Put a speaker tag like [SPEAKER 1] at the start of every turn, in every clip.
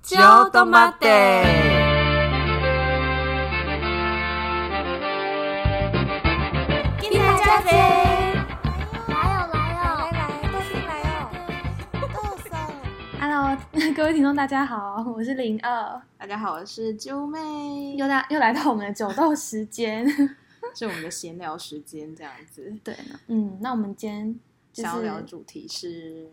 [SPEAKER 1] オートマテ
[SPEAKER 2] 给
[SPEAKER 1] 给大家噻！
[SPEAKER 2] 来哦来哦，
[SPEAKER 3] 来来，都进来哦，都上。
[SPEAKER 2] Hello，各 位听众大家好，我是零二，
[SPEAKER 1] 大家好，我是啾妹，
[SPEAKER 2] 又大又来到我们的酒豆时间。
[SPEAKER 1] 是我们的闲聊时间，这样子。
[SPEAKER 2] 对呢，嗯，那我们今天就是
[SPEAKER 1] 想要聊的主题是，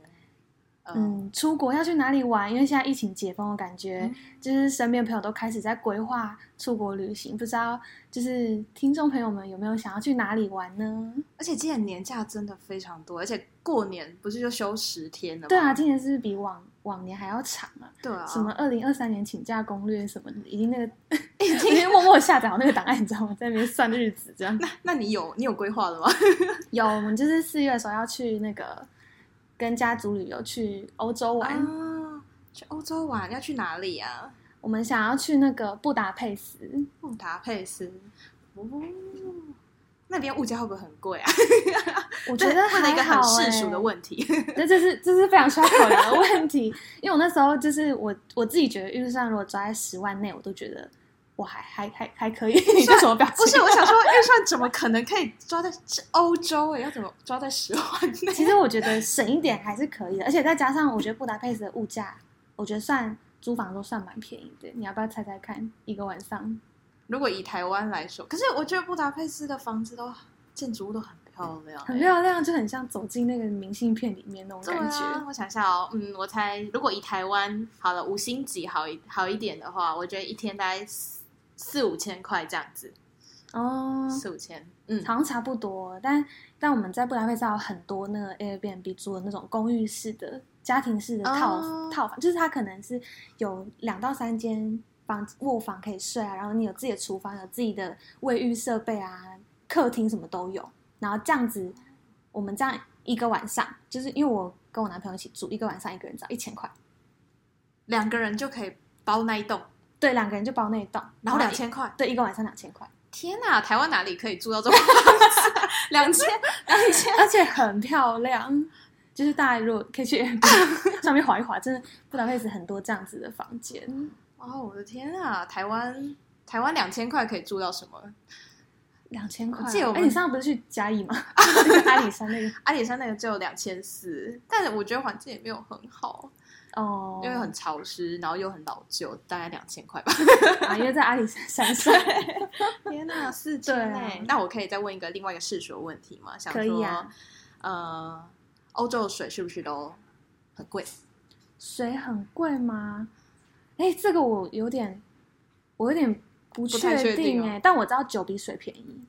[SPEAKER 1] 呃、嗯，
[SPEAKER 2] 嗯，出国要去哪里玩？因为现在疫情解封，我感觉、
[SPEAKER 1] 嗯
[SPEAKER 2] 就是身边朋友都开始在规划出国旅行，不知道就是听众朋友们有没有想要去哪里玩呢？
[SPEAKER 1] 而且今年年假真的非常多，而且过年不是就休十天了吗？
[SPEAKER 2] 对啊，今年是不是比往往年还要长啊？
[SPEAKER 1] 对啊，
[SPEAKER 2] 什么二零二三年请假攻略什么的，已经 那个
[SPEAKER 1] 已
[SPEAKER 2] 已
[SPEAKER 1] 经
[SPEAKER 2] 经默默下载好那个档案，你知道吗？在那边算日子这样。
[SPEAKER 1] 那你有你有规划了吗？
[SPEAKER 2] 有，我们就是四月的时候要去那个跟家族旅游去欧洲玩，
[SPEAKER 1] 啊， 去欧洲玩要去哪里啊？
[SPEAKER 2] 我们想要去那个布达佩斯，
[SPEAKER 1] 布达佩斯，哦，那边物价会不会很贵啊？
[SPEAKER 2] 我觉得
[SPEAKER 1] 问了一个
[SPEAKER 2] 还好
[SPEAKER 1] 很世俗
[SPEAKER 2] 欸
[SPEAKER 1] 的问题。
[SPEAKER 2] 那这是这是非常需要考量的问题，因为我那时候就是我我自己觉得预算如果抓在十万内，我都觉得我还还还还可以。你这什么表情？
[SPEAKER 1] 不是，我想说预算怎么可能可以抓在是欧洲哎、要怎么抓在十万 内？
[SPEAKER 2] 其实我觉得省一点还是可以的，而且再加上我觉得布达佩斯的物价，我觉得算租房都算蛮便宜的。你要不要猜猜看，一个晚上？
[SPEAKER 1] 如果以台湾来说，可是我觉得布达佩斯的房子都建筑物都很漂亮、
[SPEAKER 2] 很漂亮，就很像走进那个明信片里面那种
[SPEAKER 1] 对
[SPEAKER 2] 感觉。
[SPEAKER 1] 啊，我想一下哦，嗯，我猜如果以台湾好了五星级好一好一点的话，我觉得一天大概四四五千块这样子，
[SPEAKER 2] 哦，
[SPEAKER 1] 四五千，嗯，
[SPEAKER 2] 好像差不多，但但我们在布达佩斯还有很多那个 Airbnb 租的那种公寓式的、家庭式的套、
[SPEAKER 1] 哦
[SPEAKER 2] 套房，就是它可能是有两到三间房卧房可以睡啊，然后你有自己的厨房，有自己的卫浴设备啊，客厅什么都有，然后这样子，我们这样一个晚上，就是因为我跟我男朋友一起住，一个晚上一个人只要一千块，
[SPEAKER 1] 两个人就可以包那一栋，
[SPEAKER 2] 对，两个人就包那一栋，
[SPEAKER 1] 然后
[SPEAKER 2] 一
[SPEAKER 1] 两，千块，
[SPEAKER 2] 对，一个晚上两千块。
[SPEAKER 1] 天哪，台湾哪里可以住到这么房子？ 两千两千，
[SPEAKER 2] 而且很漂亮。就是大家如果可以 去 Airbnb 上面划一划，真的布达佩斯很多这样子的房间。
[SPEAKER 1] 哦，我的天啊，台湾台湾两千块可以住到什么？
[SPEAKER 2] 两千块啊，
[SPEAKER 1] 我记得我们
[SPEAKER 2] 哎，你上次不是去嘉义吗？ 就是阿里山那 个
[SPEAKER 1] 阿里山那个只有两千四，但是我觉得环境也没有很好，
[SPEAKER 2] 哦，
[SPEAKER 1] 因为很潮湿，然后又很老旧，大概两千块吧。
[SPEAKER 2] 啊，因为在阿里山山上，
[SPEAKER 1] 天哪，四
[SPEAKER 2] 千
[SPEAKER 1] 千
[SPEAKER 2] 欸
[SPEAKER 1] 啊那我可以再问一个另外一个世俗的问题吗？想说
[SPEAKER 2] 可以啊
[SPEAKER 1] 呃，欧洲的水是不是都很贵？
[SPEAKER 2] 水很贵吗？哎，这个我有点，我有点不
[SPEAKER 1] 不太确定
[SPEAKER 2] 定
[SPEAKER 1] 哦
[SPEAKER 2] 哎，但我知道酒比水便宜。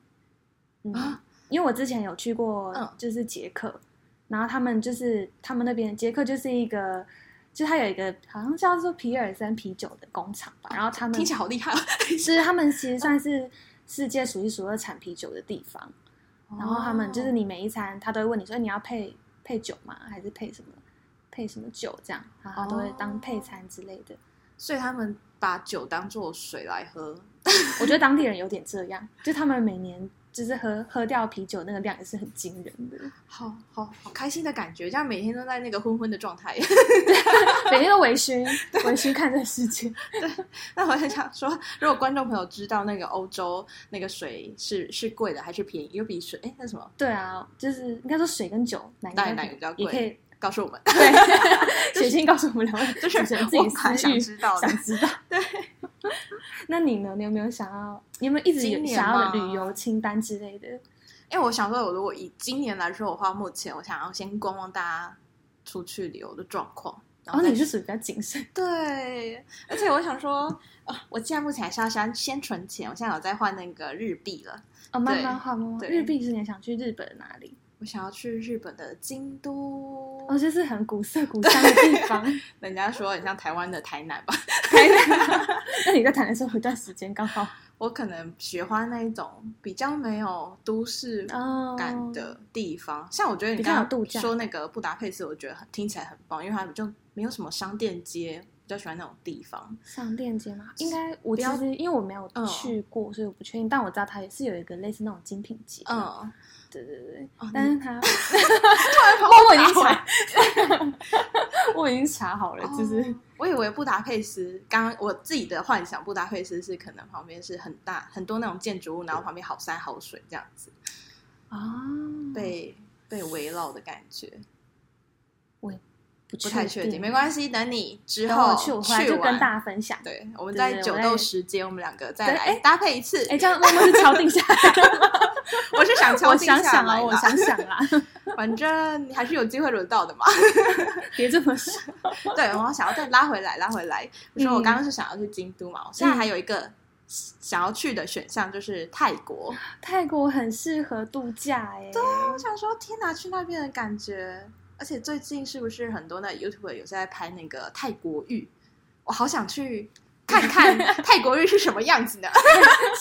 [SPEAKER 2] 嗯
[SPEAKER 1] 啊，
[SPEAKER 2] 因为我之前有去过
[SPEAKER 1] 嗯，
[SPEAKER 2] 就是捷克，然后他们就是他们那边捷克就是一个，就它有一个好像叫做皮尔森啤酒的工厂吧，然后他们
[SPEAKER 1] 听起来好厉害哦。
[SPEAKER 2] 就是他们其
[SPEAKER 1] 嗯
[SPEAKER 2] 实算是世界数一数二产啤酒的地方。 然后他们
[SPEAKER 1] 哦
[SPEAKER 2] 就是你每一餐，他都会问你说你要配配酒吗？还是配什么配什么酒这样，然后他都会当
[SPEAKER 1] 哦
[SPEAKER 2] 配餐之类的。
[SPEAKER 1] 所以他们把酒当做水来喝。
[SPEAKER 2] 我觉得当地人有点这样，就他们每年就是喝喝掉啤酒那个量也是很惊人的，
[SPEAKER 1] 好好好开心的感觉，这样每天都在那个昏昏的状态。
[SPEAKER 2] 每天都微醺，微醺看这世界。
[SPEAKER 1] 那我很想说，如果观众朋友知道那个欧洲那个水是是贵的还是便宜，又比水哎那什么，
[SPEAKER 2] 对啊，就是应该说水跟酒哪
[SPEAKER 1] 哪里
[SPEAKER 2] 个
[SPEAKER 1] 哪个比较
[SPEAKER 2] 也
[SPEAKER 1] 贵？
[SPEAKER 2] 可以。
[SPEAKER 1] 告诉我们，
[SPEAKER 2] 对，写信告诉我们两位，
[SPEAKER 1] 就是
[SPEAKER 2] 主持人自
[SPEAKER 1] 我
[SPEAKER 2] 己
[SPEAKER 1] 蛮
[SPEAKER 2] 私
[SPEAKER 1] 想
[SPEAKER 2] 欲
[SPEAKER 1] 知道的
[SPEAKER 2] 想知 道。对，那你呢？你有没有想要？你有没有一直有
[SPEAKER 1] 今年
[SPEAKER 2] 想要的
[SPEAKER 1] 吗
[SPEAKER 2] 旅游清单之类的？
[SPEAKER 1] 因为我想说，我如果以今年来说的话，目前我想要先观望大家出去旅游的状况。然
[SPEAKER 2] 然
[SPEAKER 1] 后
[SPEAKER 2] 后哦
[SPEAKER 1] 再
[SPEAKER 2] 你是属于比较谨 慎，
[SPEAKER 1] 对，而且我想说，啊，我现在目前还是要先先存钱，我现在有在换那个日币了。
[SPEAKER 2] 哦，慢慢好，慢慢好。
[SPEAKER 1] 对
[SPEAKER 2] 日币是你想去日本的哪里？
[SPEAKER 1] 我想要去日本的京都，
[SPEAKER 2] 哦，就是很古色 古香的地方。
[SPEAKER 1] 人家说很像台湾的台南吧。
[SPEAKER 2] 台南那你在台南生活一段时间，刚好
[SPEAKER 1] 我可能喜欢那一种比较没有都市
[SPEAKER 2] 哦，
[SPEAKER 1] 感的地方，像我觉得你
[SPEAKER 2] 比较
[SPEAKER 1] 刚
[SPEAKER 2] 有
[SPEAKER 1] 刚
[SPEAKER 2] 度假
[SPEAKER 1] 说那个布达佩斯，我觉得很听起来很棒，因为它就没有什么商店街，比较喜欢那种地方。
[SPEAKER 2] 上链接吗？应该我
[SPEAKER 1] 不
[SPEAKER 2] 其
[SPEAKER 1] 要
[SPEAKER 2] 实因为我没有
[SPEAKER 1] 嗯
[SPEAKER 2] 去过，所以我不确定。但我知道它也是有一个类似那种精品街，，
[SPEAKER 1] 嗯，
[SPEAKER 2] 对对对，
[SPEAKER 1] 哦
[SPEAKER 2] 但
[SPEAKER 1] 你
[SPEAKER 2] 是他我我已经查，我已经查好了，就是、
[SPEAKER 1] 哦我以为布达佩斯，刚刚我自己的幻想，布达佩斯是可能旁边是很大很多那种建筑物，然后旁边好山好水这样子，哦
[SPEAKER 2] 啊，
[SPEAKER 1] 被被围绕的感觉，
[SPEAKER 2] 不
[SPEAKER 1] 不太确定，没关系，等你之
[SPEAKER 2] 等
[SPEAKER 1] 后
[SPEAKER 2] 我去，我回来就跟
[SPEAKER 1] 完
[SPEAKER 2] 大家分享。
[SPEAKER 1] 对，我们
[SPEAKER 2] 对
[SPEAKER 1] 在
[SPEAKER 2] 对
[SPEAKER 1] 酒
[SPEAKER 2] 我
[SPEAKER 1] 豆
[SPEAKER 2] 在
[SPEAKER 1] 时间，我们两个再
[SPEAKER 2] 对
[SPEAKER 1] 来
[SPEAKER 2] 哎
[SPEAKER 1] 搭配一次。
[SPEAKER 2] 哎，这样我们是敲定下来了吗，
[SPEAKER 1] 我是想 敲
[SPEAKER 2] 我
[SPEAKER 1] 定
[SPEAKER 2] 想
[SPEAKER 1] 下
[SPEAKER 2] 想
[SPEAKER 1] 来
[SPEAKER 2] 啊，我
[SPEAKER 1] 啦
[SPEAKER 2] 想想啊，
[SPEAKER 1] 反正你还是有机会轮到的嘛。
[SPEAKER 2] 别这么说。
[SPEAKER 1] 对，我想要再拉回来，拉回来。我说我
[SPEAKER 2] 嗯
[SPEAKER 1] 刚刚是想要去京都嘛，我现在还有一个想要去的选项就是泰国。
[SPEAKER 2] 泰国很适合度假哎，对，
[SPEAKER 1] 我想说，天哪，去那边的感觉，而且最近是不是很多那 YouTube 有在拍那个泰国浴？我好想去看 看泰国浴是什么样子呢？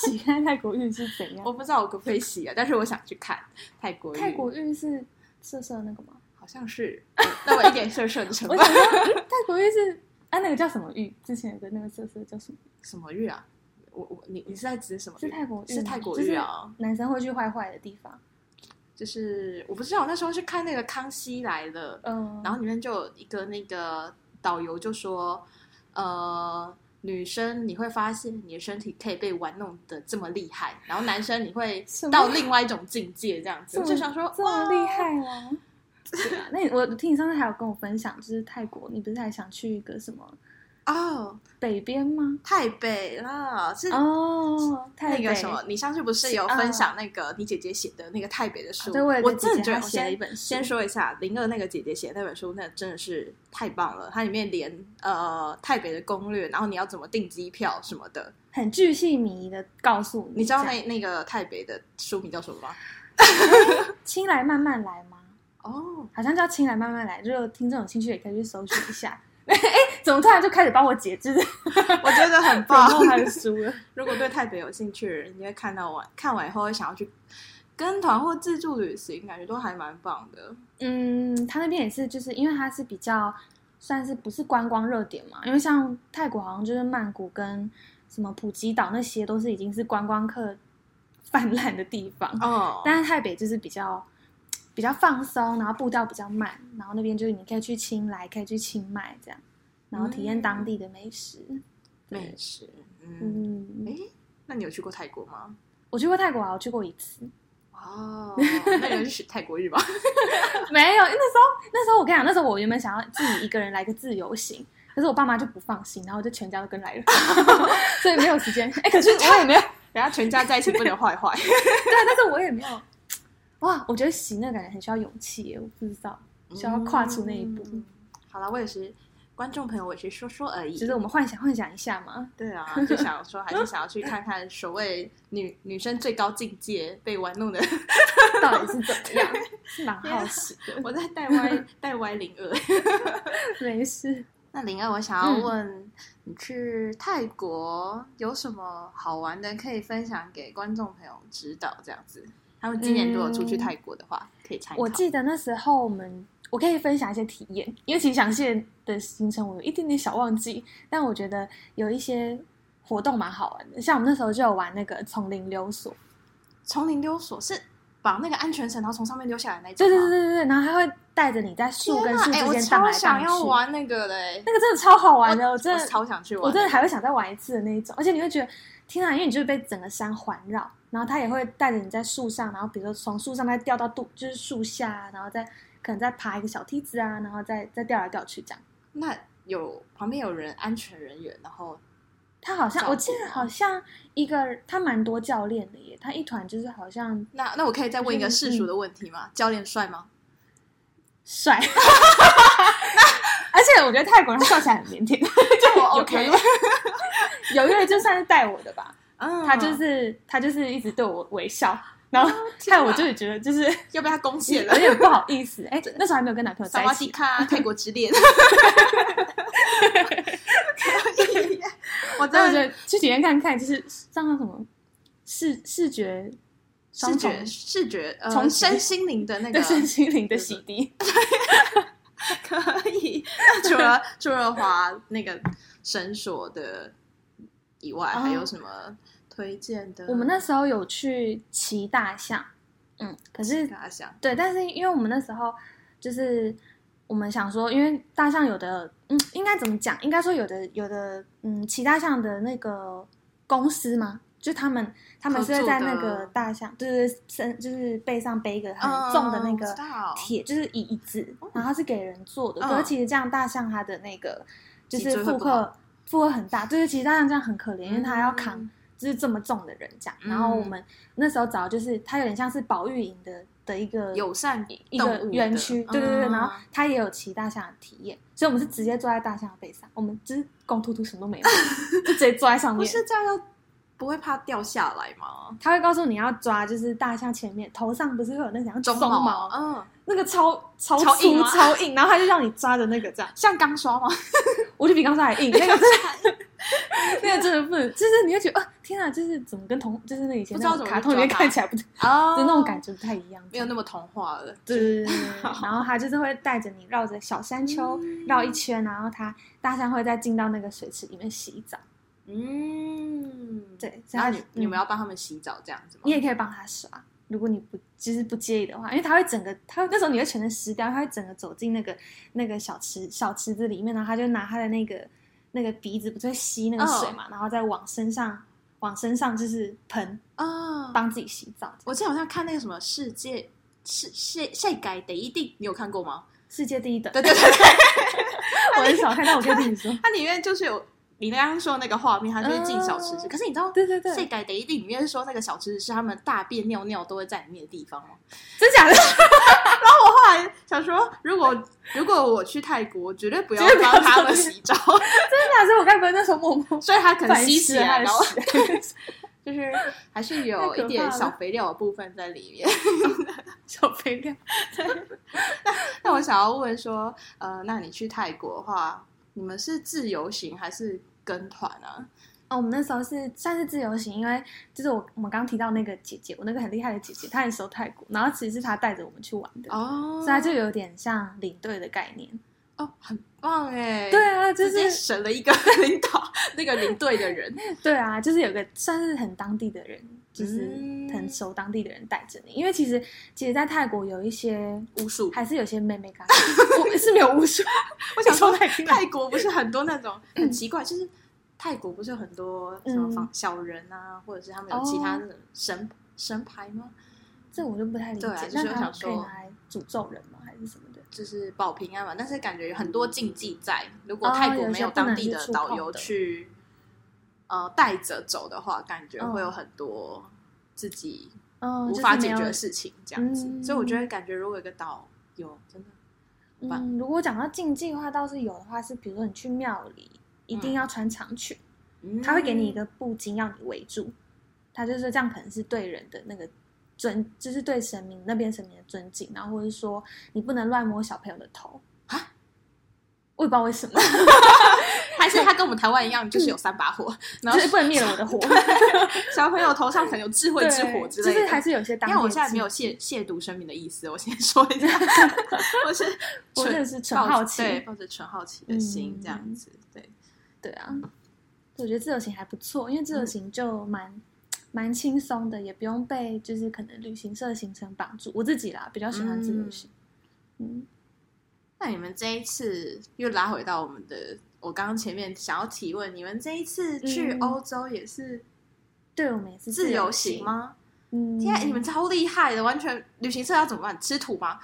[SPEAKER 2] 喜看泰国浴是怎样
[SPEAKER 1] 我？不知道我可不可以洗啊，但是我想去看泰国浴。
[SPEAKER 2] 泰国浴是色色那个吗？
[SPEAKER 1] 好像是，嗯那我一点事儿事儿的成
[SPEAKER 2] 我
[SPEAKER 1] 分
[SPEAKER 2] 想。说，嗯泰国浴是啊，那个叫什么浴？之前有个那个色色叫什么？
[SPEAKER 1] 什么浴啊？我我你你是在指什么浴？
[SPEAKER 2] 是泰国浴吗，
[SPEAKER 1] 是泰国浴啊，
[SPEAKER 2] 就是男生会去坏坏的地方。
[SPEAKER 1] 就是我不知道，我那时候是看那个《康熙来了》，
[SPEAKER 2] 嗯，
[SPEAKER 1] 然后里面就有一个那个导游就说，呃，女生你会发现你的身体可以被玩弄的这么厉害，然后男生你会
[SPEAKER 2] 什么
[SPEAKER 1] 到另外一种境界这样子，
[SPEAKER 2] 这
[SPEAKER 1] 我
[SPEAKER 2] 么
[SPEAKER 1] 就想说
[SPEAKER 2] 这么厉。
[SPEAKER 1] 哇
[SPEAKER 2] 害吗？对啊，那你我听你上次还有跟我分享，就是泰国，你不是还想去一个什么
[SPEAKER 1] 哦，
[SPEAKER 2] 北边吗？
[SPEAKER 1] 太北了，是
[SPEAKER 2] 哦，泰
[SPEAKER 1] 嗯那
[SPEAKER 2] 北
[SPEAKER 1] 个什么，，你上次不是有
[SPEAKER 2] 是嗯啊
[SPEAKER 1] 分享那个你姐姐写的那个太北的书？
[SPEAKER 2] 对，我有
[SPEAKER 1] 我
[SPEAKER 2] 个
[SPEAKER 1] 真的
[SPEAKER 2] 姐姐
[SPEAKER 1] 觉得
[SPEAKER 2] 她
[SPEAKER 1] 我
[SPEAKER 2] 写了
[SPEAKER 1] 先
[SPEAKER 2] 一本书，
[SPEAKER 1] 先说一下灵儿那个姐姐写的那本书，那真的是太棒了。它里面连呃台北的攻略，然后你要怎么订机票什么的，
[SPEAKER 2] 很巨细靡遗的告诉
[SPEAKER 1] 你知道
[SPEAKER 2] 这样
[SPEAKER 1] 那那个台北的书名叫什么吗？
[SPEAKER 2] 轻来慢慢来吗？
[SPEAKER 1] 哦，
[SPEAKER 2] 好像叫轻来慢慢来，如果听众有兴趣也可以去搜寻一下。 哎，怎么突然就开始帮我解， 就是
[SPEAKER 1] 我觉 得很
[SPEAKER 2] 然
[SPEAKER 1] 棒。
[SPEAKER 2] 后他的书了？
[SPEAKER 1] 如果对台北有兴趣，你会看到完看完以后会想要去跟团或自助旅行，感觉都还蛮棒的。
[SPEAKER 2] 嗯，他那边也是，就是因为它是比较算是不是观光热点嘛，因为像泰国好像就是曼谷跟什么普吉岛那些都是已经是观光客泛滥的地方，
[SPEAKER 1] 哦，
[SPEAKER 2] 但是台北就是比较比较放松，然后步调比较慢，然后那边就是你可以去清莱，可以去清迈这样，然后体验当地的美食。
[SPEAKER 1] 美食，嗯，
[SPEAKER 2] 嗯，
[SPEAKER 1] 诶，那你有去过泰国吗？
[SPEAKER 2] 我去过泰国啊，我去过一次，
[SPEAKER 1] 哦， 那你有去泰国 日吧？
[SPEAKER 2] 没有，那时候那时候我跟你讲，那时候我原本想要自己一个人来个自由行，可是我爸妈就不放心，然后我就全家都跟来了， 所以没有时间。哎、可是 我也没有，
[SPEAKER 1] 人家全家在一起不能坏坏。
[SPEAKER 2] 对，啊但是我也没有。哇，我觉得行的感觉很需要勇气耶，我不知道， 需要跨出那一步。
[SPEAKER 1] 嗯好了，我也是观众朋友，我也是说说而已。
[SPEAKER 2] 就是我们幻想幻想一下嘛，
[SPEAKER 1] 对啊，就想说还是想要去看看所谓女女生最高境界被玩 弄的。
[SPEAKER 2] 到底是怎么 样，是蛮好奇的。
[SPEAKER 1] 我在 带歪带歪灵儿。
[SPEAKER 2] 没事，
[SPEAKER 1] 那灵儿，我想要
[SPEAKER 2] 嗯
[SPEAKER 1] 问你去泰国有什么好玩的可以分享给观众朋友知道？这样子，他们今年如果出去
[SPEAKER 2] 嗯
[SPEAKER 1] 泰国的话，可以参考。
[SPEAKER 2] 我记得那时候我们。我可以分享一些体验，因为其实详细的行程我有一点点小忘记，但我觉得有一些活动蛮好玩的，像我们那时候就有玩那个丛林溜索，
[SPEAKER 1] 丛林溜索是绑那个安全绳，然后从上面溜下来那种
[SPEAKER 2] 对对
[SPEAKER 1] 吗。
[SPEAKER 2] 对对对，然后它会带着你在树跟树
[SPEAKER 1] 天哪哎
[SPEAKER 2] 之
[SPEAKER 1] 我
[SPEAKER 2] 间荡
[SPEAKER 1] 超
[SPEAKER 2] 来荡
[SPEAKER 1] 想
[SPEAKER 2] 去，
[SPEAKER 1] 要玩那个嘞！
[SPEAKER 2] 那个真的超好 玩的，我真
[SPEAKER 1] 我
[SPEAKER 2] 的
[SPEAKER 1] 超想去玩，
[SPEAKER 2] 我真的还会想再玩一次的那一种，而且你会觉得天啊，因为你就是被整个山环绕，然后它也会带着你在树上，然后比如说从树上再掉到肚，就是树下，然后再可能再爬一个小梯子啊，然后再再掉来掉去这样。
[SPEAKER 1] 那有旁边有人安全人员，然后
[SPEAKER 2] 它好像
[SPEAKER 1] 照顾
[SPEAKER 2] 我记得好像一个他蛮多教练的耶，他一团就是好像
[SPEAKER 1] 那那我可以再问
[SPEAKER 2] 嗯
[SPEAKER 1] 一个世俗的问题吗？教练帅吗？
[SPEAKER 2] 帅， 而且我觉得泰国人笑起来很腼腆，
[SPEAKER 1] 就我
[SPEAKER 2] 有
[SPEAKER 1] OK，
[SPEAKER 2] 有有一个就算是带我的吧，
[SPEAKER 1] 嗯哦
[SPEAKER 2] 他就是他就是一直对我微笑，然后害我就是觉得就是
[SPEAKER 1] 要被他攻陷了
[SPEAKER 2] 有。点不好意思。哎，那时候还没有跟男朋友
[SPEAKER 1] 萨
[SPEAKER 2] 在
[SPEAKER 1] 瓦
[SPEAKER 2] 一
[SPEAKER 1] 迪
[SPEAKER 2] 起，
[SPEAKER 1] 卡，泰国之恋。
[SPEAKER 2] 那
[SPEAKER 1] 我
[SPEAKER 2] 我
[SPEAKER 1] 真
[SPEAKER 2] 觉
[SPEAKER 1] 的
[SPEAKER 2] 得去体验看看，就是像那什么视视觉
[SPEAKER 1] 视
[SPEAKER 2] 双重
[SPEAKER 1] 觉视觉
[SPEAKER 2] 重
[SPEAKER 1] 呃
[SPEAKER 2] 启
[SPEAKER 1] 身心灵的那个
[SPEAKER 2] 对身心灵的洗涤，
[SPEAKER 1] 可以。那除了除了滑那个绳索的以外，
[SPEAKER 2] 哦
[SPEAKER 1] 还有什么推荐的？
[SPEAKER 2] 我们那时候有去骑大象，嗯，可是
[SPEAKER 1] 跟他想，
[SPEAKER 2] 对，但是因为我们那时候就是我们想说，因为大象有的，嗯，应该怎么讲？应该说有的有的，嗯，骑大象的那个公司嘛，就他们他们是会在那
[SPEAKER 1] 合作
[SPEAKER 2] 个
[SPEAKER 1] 的
[SPEAKER 2] 大象，就是身就是背上背一个很重的那
[SPEAKER 1] 嗯我
[SPEAKER 2] 个
[SPEAKER 1] 知道哦
[SPEAKER 2] 铁，就是椅椅子，然后它是给人坐的。
[SPEAKER 1] 嗯
[SPEAKER 2] 可是其实这样大象它的那个就
[SPEAKER 1] 脊
[SPEAKER 2] 是
[SPEAKER 1] 椎会
[SPEAKER 2] 负
[SPEAKER 1] 不好
[SPEAKER 2] 荷负荷很大，就是其实大象这样很可怜，因为它要扛
[SPEAKER 1] 嗯
[SPEAKER 2] 就是这么重的人这样。
[SPEAKER 1] 嗯
[SPEAKER 2] 然后我们那时候找就是它有点像是保育营的的一个
[SPEAKER 1] 友善
[SPEAKER 2] 一
[SPEAKER 1] 动
[SPEAKER 2] 个
[SPEAKER 1] 物
[SPEAKER 2] 园
[SPEAKER 1] 的
[SPEAKER 2] 区，对对对，
[SPEAKER 1] 嗯
[SPEAKER 2] 然后它也有骑大象的体验，所以我们是直接坐在大象的背上，我们就是光秃秃什么都 没有，就直接坐在上
[SPEAKER 1] 不
[SPEAKER 2] 面。
[SPEAKER 1] 是这样要不会怕掉下来吗？
[SPEAKER 2] 他会告诉你要抓，就是大象前面头上不是会有那两
[SPEAKER 1] 鬃
[SPEAKER 2] 鬃毛，
[SPEAKER 1] 嗯，
[SPEAKER 2] 那个超超
[SPEAKER 1] 超
[SPEAKER 2] 粗
[SPEAKER 1] 硬吗
[SPEAKER 2] 超硬，然后他就让你抓着那个这样，
[SPEAKER 1] 像钢刷吗？
[SPEAKER 2] 我就比刚才还 硬，那个真的，那个真的不能，就是你会觉得，啊，天啊，就是怎么跟同，就是那以前
[SPEAKER 1] 不知
[SPEAKER 2] 那
[SPEAKER 1] 道
[SPEAKER 2] 种
[SPEAKER 1] 怎么
[SPEAKER 2] 卡
[SPEAKER 1] 去
[SPEAKER 2] 通里面
[SPEAKER 1] 抓它
[SPEAKER 2] 看起来不，就
[SPEAKER 1] 哦
[SPEAKER 2] 那种感觉不太一样，
[SPEAKER 1] 没有那么童话了。
[SPEAKER 2] 对对对对，对然后它就是会带着你绕着小山丘
[SPEAKER 1] 嗯
[SPEAKER 2] 绕一圈，然后它大象会再进到那个水池里面洗澡。
[SPEAKER 1] 嗯，
[SPEAKER 2] 对，所以
[SPEAKER 1] 然
[SPEAKER 2] 它
[SPEAKER 1] 后你你们
[SPEAKER 2] 嗯
[SPEAKER 1] 要帮他们洗澡这样子吗？
[SPEAKER 2] 你也可以帮它刷，如果你不就是不介意的话，因为它会整个它那时候你会全身湿掉，它会整个走进那个那个小池小池子里面，然后它就拿它的那个那个鼻子不是会吸那个
[SPEAKER 1] 嗯
[SPEAKER 2] 水嘛，然后再往身上往身上就是喷，
[SPEAKER 1] 啊，
[SPEAKER 2] 帮自己洗澡。
[SPEAKER 1] 我记得好像看那个什么世界。世世世界第一定，你有看 过吗？
[SPEAKER 2] 世界第一等，
[SPEAKER 1] 对对对对，
[SPEAKER 2] 我很少看到，我可以跟你 说，
[SPEAKER 1] 它里面就是有你刚刚说的那个画面，它就是进小池子。
[SPEAKER 2] 嗯
[SPEAKER 1] 可是你知道，
[SPEAKER 2] 对对对
[SPEAKER 1] 世界第一定里面说那个小池子是他们大便尿尿都会在里面的地方吗？
[SPEAKER 2] 真假的？
[SPEAKER 1] 后来想说，如果如果我去泰国，绝对不要
[SPEAKER 2] 绝对不要
[SPEAKER 1] 帮他们
[SPEAKER 2] 做这个
[SPEAKER 1] 洗澡，
[SPEAKER 2] 真假的？所以我该不会那时候默默
[SPEAKER 1] 所以他可能
[SPEAKER 2] 反
[SPEAKER 1] 吸
[SPEAKER 2] 思
[SPEAKER 1] 起来，
[SPEAKER 2] 了
[SPEAKER 1] 然后
[SPEAKER 2] 他的屎
[SPEAKER 1] 就是还是
[SPEAKER 2] 太
[SPEAKER 1] 有
[SPEAKER 2] 可怕
[SPEAKER 1] 一点
[SPEAKER 2] 了
[SPEAKER 1] 小肥料的部分在里面。
[SPEAKER 2] 小肥料。
[SPEAKER 1] 那我想要问说，呃，那你去泰国的话，你们是自由行还是跟团啊？
[SPEAKER 2] 哦，我们那时候是算是自由行，因为就是我我们刚提到那个姐姐，我那个很厉害的姐姐，她也熟泰国，然后其实是她带着我们去玩的，
[SPEAKER 1] 哦
[SPEAKER 2] 所以她就有点像领队的概念。
[SPEAKER 1] 哦，很棒哎，
[SPEAKER 2] 对，啊，就
[SPEAKER 1] 直接
[SPEAKER 2] 是
[SPEAKER 1] 省了一个 领导那个领队的人，
[SPEAKER 2] 对啊，就是有个算是很当地的人，就是
[SPEAKER 1] 嗯
[SPEAKER 2] 很熟当地的人带着你，因为其实其实，在泰国有一些。
[SPEAKER 1] 巫术。
[SPEAKER 2] 还是有些妹妹感，我是没有巫术。
[SPEAKER 1] 我想说
[SPEAKER 2] 你从哪听嗯来
[SPEAKER 1] 泰国不是很多那种很奇怪，就是泰国不是有很多什
[SPEAKER 2] 嗯
[SPEAKER 1] 么仿小人啊，或者是他们有其
[SPEAKER 2] 哦
[SPEAKER 1] 他那种神神牌吗？
[SPEAKER 2] 这我就不太理解。
[SPEAKER 1] 对啊就是
[SPEAKER 2] 那
[SPEAKER 1] 我
[SPEAKER 2] 他们
[SPEAKER 1] 想
[SPEAKER 2] 可以
[SPEAKER 1] 说
[SPEAKER 2] 拿来诅咒人吗？还是什么的？
[SPEAKER 1] 就是保平安嘛，但是感觉有很多禁忌在。如果
[SPEAKER 2] 哦
[SPEAKER 1] 泰国
[SPEAKER 2] 有
[SPEAKER 1] 没
[SPEAKER 2] 些
[SPEAKER 1] 有
[SPEAKER 2] 不
[SPEAKER 1] 当
[SPEAKER 2] 能
[SPEAKER 1] 地
[SPEAKER 2] 去
[SPEAKER 1] 的
[SPEAKER 2] 触
[SPEAKER 1] 导
[SPEAKER 2] 碰
[SPEAKER 1] 游
[SPEAKER 2] 的
[SPEAKER 1] 去呃带着走的话，感觉会有
[SPEAKER 2] 嗯
[SPEAKER 1] 很多自己
[SPEAKER 2] 嗯，
[SPEAKER 1] 无
[SPEAKER 2] 就是
[SPEAKER 1] 法
[SPEAKER 2] 没
[SPEAKER 1] 解决
[SPEAKER 2] 有
[SPEAKER 1] 的事情，这样子。所以我
[SPEAKER 2] 嗯
[SPEAKER 1] 觉得感觉如果有个导游，真的吧
[SPEAKER 2] 嗯，如果讲到禁忌的话，倒是有的话是，比如说你去庙里一定
[SPEAKER 1] 嗯
[SPEAKER 2] 要穿长裙，他会给你一个布巾要你围住，他就是说这样可能是对人的那个尊，就是对神明那边神明的尊敬，然后或者是说你不能乱摸小朋友的头
[SPEAKER 1] 啊，
[SPEAKER 2] 我也不知道为什么，
[SPEAKER 1] 还是他跟我们台湾一样，
[SPEAKER 2] 嗯
[SPEAKER 1] 就是有三把火，然
[SPEAKER 2] 就
[SPEAKER 1] 后
[SPEAKER 2] 是不能灭了我 的火，
[SPEAKER 1] 小朋友头上可能有智慧
[SPEAKER 2] 对，
[SPEAKER 1] 之火之
[SPEAKER 2] 就
[SPEAKER 1] 类
[SPEAKER 2] 是
[SPEAKER 1] 的。
[SPEAKER 2] 还是有些当
[SPEAKER 1] 因
[SPEAKER 2] 地的
[SPEAKER 1] 为我现在
[SPEAKER 2] 禁
[SPEAKER 1] 没有亵亵渎生命的意思，我先说 一下，我是
[SPEAKER 2] 我
[SPEAKER 1] 纯
[SPEAKER 2] 真的是纯
[SPEAKER 1] 抱着
[SPEAKER 2] 好奇
[SPEAKER 1] 对，抱着纯好奇的心
[SPEAKER 2] 嗯
[SPEAKER 1] 这样子，对，
[SPEAKER 2] 对啊，我觉得自由行还不错，因为自
[SPEAKER 1] 嗯
[SPEAKER 2] 由行就蛮、蛮轻松的，也不用被就是可能旅行社的行程绑住。我自己啦，比较喜欢自由行。嗯，
[SPEAKER 1] 那你们这一次又拉回到我们的，我刚刚前面想要提问，你们这一次去
[SPEAKER 2] 嗯
[SPEAKER 1] 欧洲也是
[SPEAKER 2] 对我们也是
[SPEAKER 1] 自
[SPEAKER 2] 由
[SPEAKER 1] 由行？吗？
[SPEAKER 2] 嗯，
[SPEAKER 1] 天啊，你们超厉害的，完全旅行社要怎么办？吃 土吗？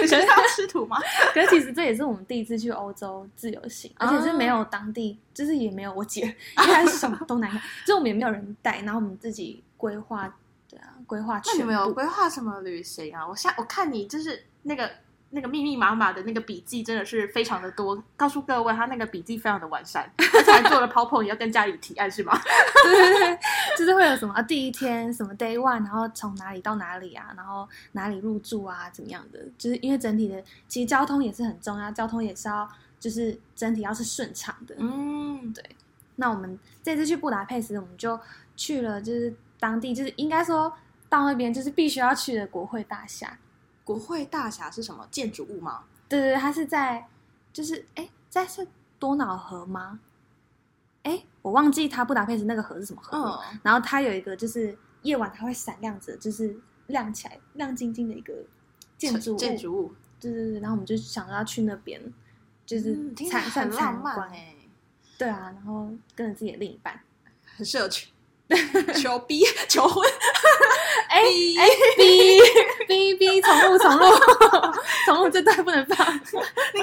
[SPEAKER 1] 旅行社要吃土吗？
[SPEAKER 2] 可是其实这也是我们第一次去欧洲自由行，而且是没
[SPEAKER 1] 啊
[SPEAKER 2] 有当地，就是也没有我姐， 因为她什么都难看， 就我们也没有人带，然后我们自己规划，对啊，规划
[SPEAKER 1] 那
[SPEAKER 2] 全
[SPEAKER 1] 你
[SPEAKER 2] 部。
[SPEAKER 1] 们有规划什么旅行啊？我下我看你就是那个那个密密麻麻的那个笔记，真的是非常的多。告诉各位，他那个笔记非常的 完善，而且还做了 PowerPoint，要跟家里提案是吗？
[SPEAKER 2] 就是会有什么、啊、第一天什么 day one，然后从哪里到哪里啊，然后哪里入住啊，怎么样的？就是因为整体的，其实交通也是很重要，交通也是要就是整体要是顺畅的。
[SPEAKER 1] 嗯，对，
[SPEAKER 2] 那我们这次去布达佩斯，我们就去了就是当地，就是应该说到那边就是必须要去的国会大厦。
[SPEAKER 1] 国会大厦是什么建筑物吗？
[SPEAKER 2] 对对对，它是在就是哎，在是多瑙河吗？哎，我忘记它布达佩斯那个河是什么河了。
[SPEAKER 1] 嗯，
[SPEAKER 2] 然后它有一个就是夜晚它会闪亮着，就是亮起来、亮晶晶的一个建筑物。
[SPEAKER 1] 建筑物，
[SPEAKER 2] 对对对，然后我们就想要去那边，就是
[SPEAKER 1] 嗯听起
[SPEAKER 2] 参
[SPEAKER 1] 来很
[SPEAKER 2] 算
[SPEAKER 1] 浪
[SPEAKER 2] 参
[SPEAKER 1] 漫
[SPEAKER 2] 观。
[SPEAKER 1] 哎，
[SPEAKER 2] 对啊，然后跟着自己的另一 半，
[SPEAKER 1] 很适合去 求逼求婚，
[SPEAKER 2] 哎哎，哔哔哔，重录重录 重录，这段不能放。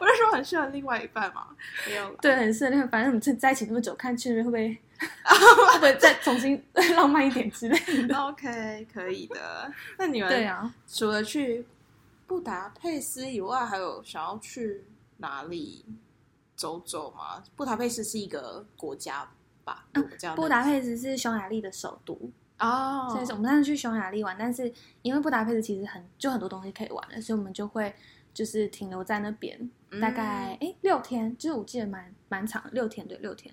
[SPEAKER 1] 我就说很适合另外一半嘛，没有啦
[SPEAKER 2] 对，很适合恋爱。反正我们在在一起那么久，看去那边会不会会不会再重新 浪漫一点之类的？
[SPEAKER 1] OK，可以的。那你
[SPEAKER 2] 对
[SPEAKER 1] 们
[SPEAKER 2] 啊，
[SPEAKER 1] 除了去布达佩斯以外，还有想要去哪里走走吗？布达佩斯是一个国家吧？如果这样
[SPEAKER 2] 嗯布达佩斯是匈牙利的首都，
[SPEAKER 1] 哦，
[SPEAKER 2] 所以说我们当时去匈牙利玩，但是因为布达佩斯其实很就很多东西可以玩了，所以我们就会就是停留在那边，
[SPEAKER 1] 嗯
[SPEAKER 2] 大概哎六、天，就是我记得蛮蛮长，六天对六天。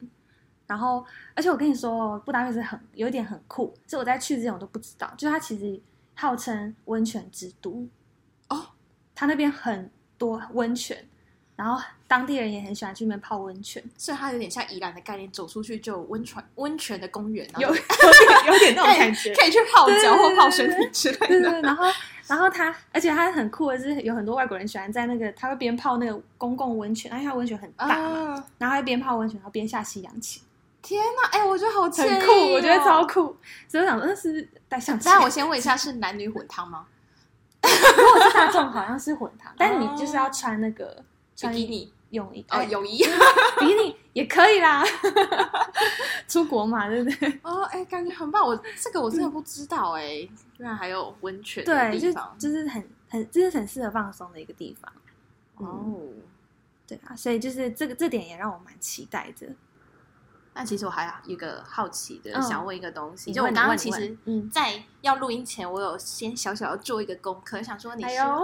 [SPEAKER 2] 然后，而且我跟你说哦，布达佩斯很有一点很酷，是我在去之前我都不知道，就是它其实号称温泉之都
[SPEAKER 1] 哦，
[SPEAKER 2] 它那边很多温泉，然后当地人也很喜欢去那边泡温泉，
[SPEAKER 1] 所以它有点像宜兰的概念，走出去就有温泉温泉的公园，然后啊
[SPEAKER 2] 有有点有点那种感觉，
[SPEAKER 1] 可以去泡脚或泡身
[SPEAKER 2] 对
[SPEAKER 1] 体之类
[SPEAKER 2] 对
[SPEAKER 1] 的。
[SPEAKER 2] 对，然后然后它，而且它很酷的是，有很多外国人喜欢在那个，他会边泡那个公共温泉，因为哎它温泉很大嘛，
[SPEAKER 1] 啊！
[SPEAKER 2] 然后他边泡温泉，然后边下西洋棋，
[SPEAKER 1] 天哪，哎、我觉得好惬
[SPEAKER 2] 很
[SPEAKER 1] 意哦
[SPEAKER 2] 酷，我觉得超。酷。所以我想说，那是不是带象棋啊，
[SPEAKER 1] 但我先问一下，是男女混汤吗？
[SPEAKER 2] 如果是大 众好像是混汤，但你就是要穿那个
[SPEAKER 1] 比
[SPEAKER 2] 穿
[SPEAKER 1] 基尼
[SPEAKER 2] 泳衣，
[SPEAKER 1] 哦，
[SPEAKER 2] 哎
[SPEAKER 1] 友谊
[SPEAKER 2] 比基尼也可以 啦，出国嘛，对不对？
[SPEAKER 1] 哦，哎、感觉很棒。我这个我真的不知道哎、居然还有温泉的
[SPEAKER 2] 嗯对，就
[SPEAKER 1] 地
[SPEAKER 2] 是
[SPEAKER 1] 方
[SPEAKER 2] 就是很很就是很适合放松的一个地方。嗯，
[SPEAKER 1] 哦。
[SPEAKER 2] 对啊，所以就是这个这点也让我蛮期待的。
[SPEAKER 1] 那其实我还有一个好奇的，
[SPEAKER 2] 嗯
[SPEAKER 1] 想问一个东西，
[SPEAKER 2] 你
[SPEAKER 1] 就我
[SPEAKER 2] 问你
[SPEAKER 1] 刚刚
[SPEAKER 2] 问
[SPEAKER 1] 其
[SPEAKER 2] 你问
[SPEAKER 1] 实，
[SPEAKER 2] 嗯
[SPEAKER 1] 在要录音前，我有先小小的做一个功课，想说你是、
[SPEAKER 2] 哎呦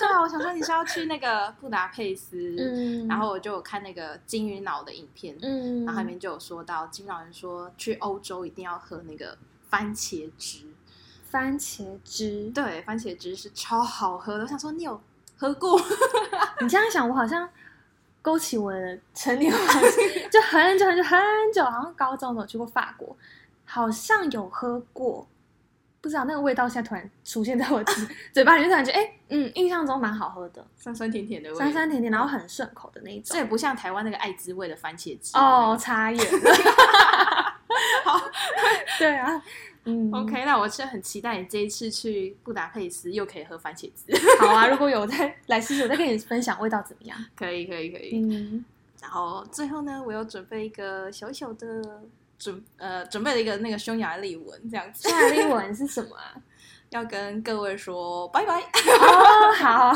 [SPEAKER 1] 对啊，我想说你是要去那个布达佩斯，
[SPEAKER 2] 嗯
[SPEAKER 1] 然后我就有看那个金鱼脑的影片，
[SPEAKER 2] 嗯，
[SPEAKER 1] 然后里面就有说到金鱼脑人说去欧洲一定要喝那个番茄汁，
[SPEAKER 2] 番茄汁。
[SPEAKER 1] 对，番茄汁是超好喝的。我想说你有喝过？
[SPEAKER 2] 你这样想，我好像勾起我的陈年往 事，就很久很久很久，好像高中的时候去过法国，好像有喝过，不知道那个味道现在突然出现在我 嘴嘴巴里，就感觉哎、嗯，印象中蛮好喝的，
[SPEAKER 1] 酸酸甜甜的味，
[SPEAKER 2] 酸酸甜甜，然后很顺口的那一
[SPEAKER 1] 这也
[SPEAKER 2] 种。
[SPEAKER 1] 不像台湾那个爱滋味的番茄汁啊
[SPEAKER 2] 哦，。差远 了。对啊，嗯
[SPEAKER 1] OK，那我是很期待你这一次去布达佩斯又可以喝番茄汁，
[SPEAKER 2] 好啊。如果有再来试试，我再跟你分享味道怎么样。
[SPEAKER 1] 可以可以可以。
[SPEAKER 2] 嗯，
[SPEAKER 1] 然后最后呢，我有准备一个小小的准呃准备了一个那个匈牙利文这样子，
[SPEAKER 2] 夏利文是什么啊？
[SPEAKER 1] 要跟各位说 拜拜。
[SPEAKER 2] 哦，好。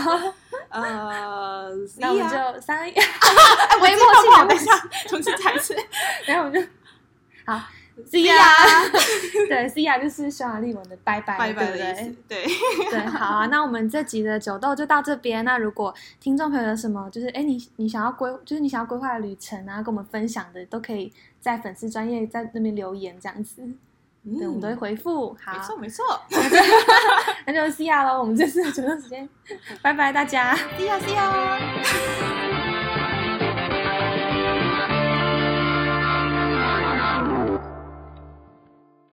[SPEAKER 1] 呃，
[SPEAKER 2] 那我们
[SPEAKER 1] see ya
[SPEAKER 2] 就三个一，
[SPEAKER 1] 哎，
[SPEAKER 2] 微
[SPEAKER 1] 我
[SPEAKER 2] 默契
[SPEAKER 1] 等
[SPEAKER 2] 微
[SPEAKER 1] 一下，重新讲一次。
[SPEAKER 2] 然后我们就好
[SPEAKER 1] See
[SPEAKER 2] ，See ya，对，See ya 就是匈牙利文的拜拜，
[SPEAKER 1] 拜 拜
[SPEAKER 2] 对
[SPEAKER 1] 的
[SPEAKER 2] 不
[SPEAKER 1] 意思
[SPEAKER 2] 对？，
[SPEAKER 1] 对，
[SPEAKER 2] 对，好啊，那我们这集的酒豆就到这边。那如果听众朋友有什么，就是哎，你你想要规，就是你想要规划的旅程啊，跟我们分享的，都可以在粉丝专业在那边留言这样子，对，我们都会
[SPEAKER 1] 嗯
[SPEAKER 2] 回复。
[SPEAKER 1] 没错
[SPEAKER 2] 好，啊
[SPEAKER 1] 没错。
[SPEAKER 2] 那就 See ya 喽，我们这次的酒豆时间，拜拜大家。
[SPEAKER 1] See ya see ya。